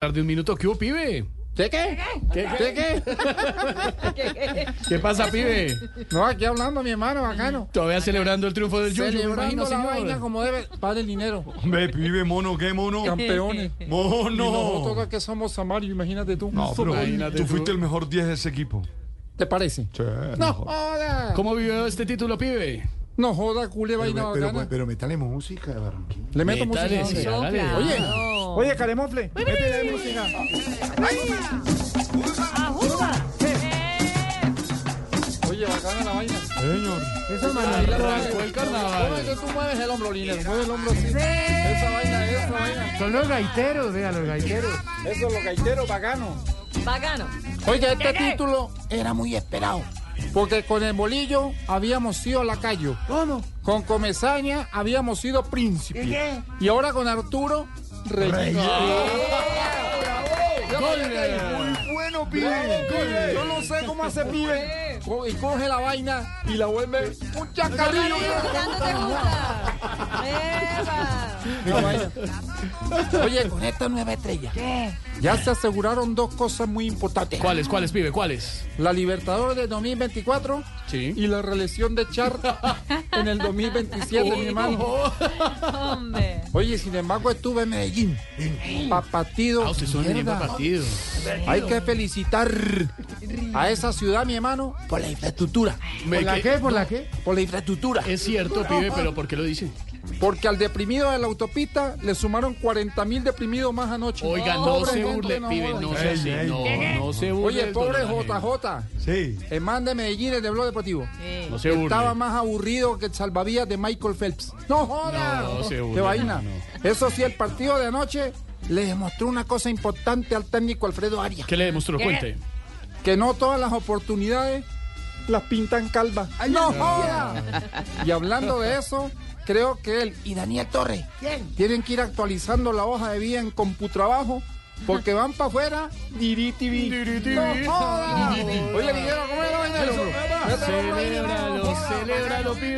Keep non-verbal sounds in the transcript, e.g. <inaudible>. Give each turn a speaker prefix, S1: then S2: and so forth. S1: tarde un minuto. ¿Qué hubo, pibe?
S2: ¿De qué?
S1: ¿Qué,
S2: ¿De qué?
S1: ¿Qué pasa, pibe?
S2: No, aquí hablando mi hermano, bacano.
S1: Todavía celebrando el triunfo del Junior, me imagino,
S2: Celebrando la vaina
S1: señor.
S2: como debe. Padre el dinero.
S3: Hombre, pibe, mono, qué mono.
S2: <laughs> Campeones. Y nosotros
S3: Mono.
S2: que somos Samario, imagínate tú.
S3: No, pero
S1: Imagínate
S3: tú
S1: tú.
S3: fuiste el mejor 10 de ese equipo.
S2: ¿Te parece? No
S3: No.
S2: joda.
S1: ¿Cómo vivió este título, pibe?
S2: No joda, cule
S4: Pero,
S2: vaina
S4: me- pero,
S3: pues,
S2: bacana.
S4: pero metale música de Barranquilla.
S2: Le meto música.
S1: Métale, sí,
S2: hombre.
S1: hágale.
S2: Oye,
S5: Claro.
S2: oye, caremofle. Métele música. Oye, bacana la vaina.
S3: Señor.
S5: Eso,
S1: Ahí
S5: Manuel.
S1: la arrancó el
S2: ¿Cómo es
S1: carnaval.
S2: que tú mueves el hombro, Liner? Mueve el hombro así. Esa vaina, esa vaina.
S5: Son los gaiteros, vean, los gaiteros.
S2: Eso es lo gaitero, bacano.
S6: Pagano.
S2: Oiga, este título era muy esperado. Porque con el bolillo habíamos sido lacayo. ¿Cómo? Con Comezaña habíamos sido príncipe. ¿Y, ahora con Arturo, rey.
S3: Muy bueno, pibe.
S2: Yo no sé cómo hace pibe. Co- Y coge la vaina y la vuelve un chacarrillo.
S6: Dándote gusta.
S2: <laughs>
S6: Eva.
S2: La vaina. Oye, con esta nueva estrella. Ya se aseguraron dos cosas muy importantes.
S1: ¿Cuáles, cuáles, pibe? ¿Cuáles?
S2: La Libertadores de 2024
S1: Sí.
S2: y la reelección de Char en el 2027, mi hermano.
S6: Hombre.
S2: Oye, sin embargo, estuve en Medellín. Pa' partido.
S1: Ah, usted suena bien
S2: mierda.
S1: para partido.
S2: Hay que felicitar a esa ciudad, mi hermano, por la infraestructura.
S1: Me
S5: ¿Por la
S1: que-
S5: qué? ¿Por la qué?
S2: Por la infraestructura.
S1: Es cierto, pibe, pero ¿por qué lo dice?
S2: Porque al deprimido de la autopista le sumaron 40 mil deprimidos más anoche.
S1: Oiga, no
S2: Pobre
S1: se
S2: gente,
S1: burle,
S2: no
S1: pibe, no
S2: joda.
S1: sea
S3: Ey,
S1: así.
S3: ey.
S1: No, no se burle.
S2: Oye,
S1: del
S2: pobre
S1: dolor ajeno.
S2: JJ,
S3: Sí.
S2: el man de Medellín, el de Blog Deportivo.
S6: Sí.
S1: No se burle.
S2: Estaba más aburrido que el salvavidas de Michael Phelps. ¡No jodas!
S1: No, se burla,
S2: ¡Qué vaina!
S1: no.
S2: Eso sí, el partido de anoche le demostró una cosa importante al técnico Alfredo Arias.
S1: ¿Qué le demostró? Cuente.
S2: Que no todas las oportunidades las pintan calvas. ¡No jodas! Y hablando de eso, creo que él y Daniel Torres tienen que ir actualizando la hoja de vida en Computrabajo porque van para afuera DiriTV. ¡No jodas! Oye, Guillermo, ¿cómo era la vaina del hombro?
S1: Celébralo, celébralo, pibe.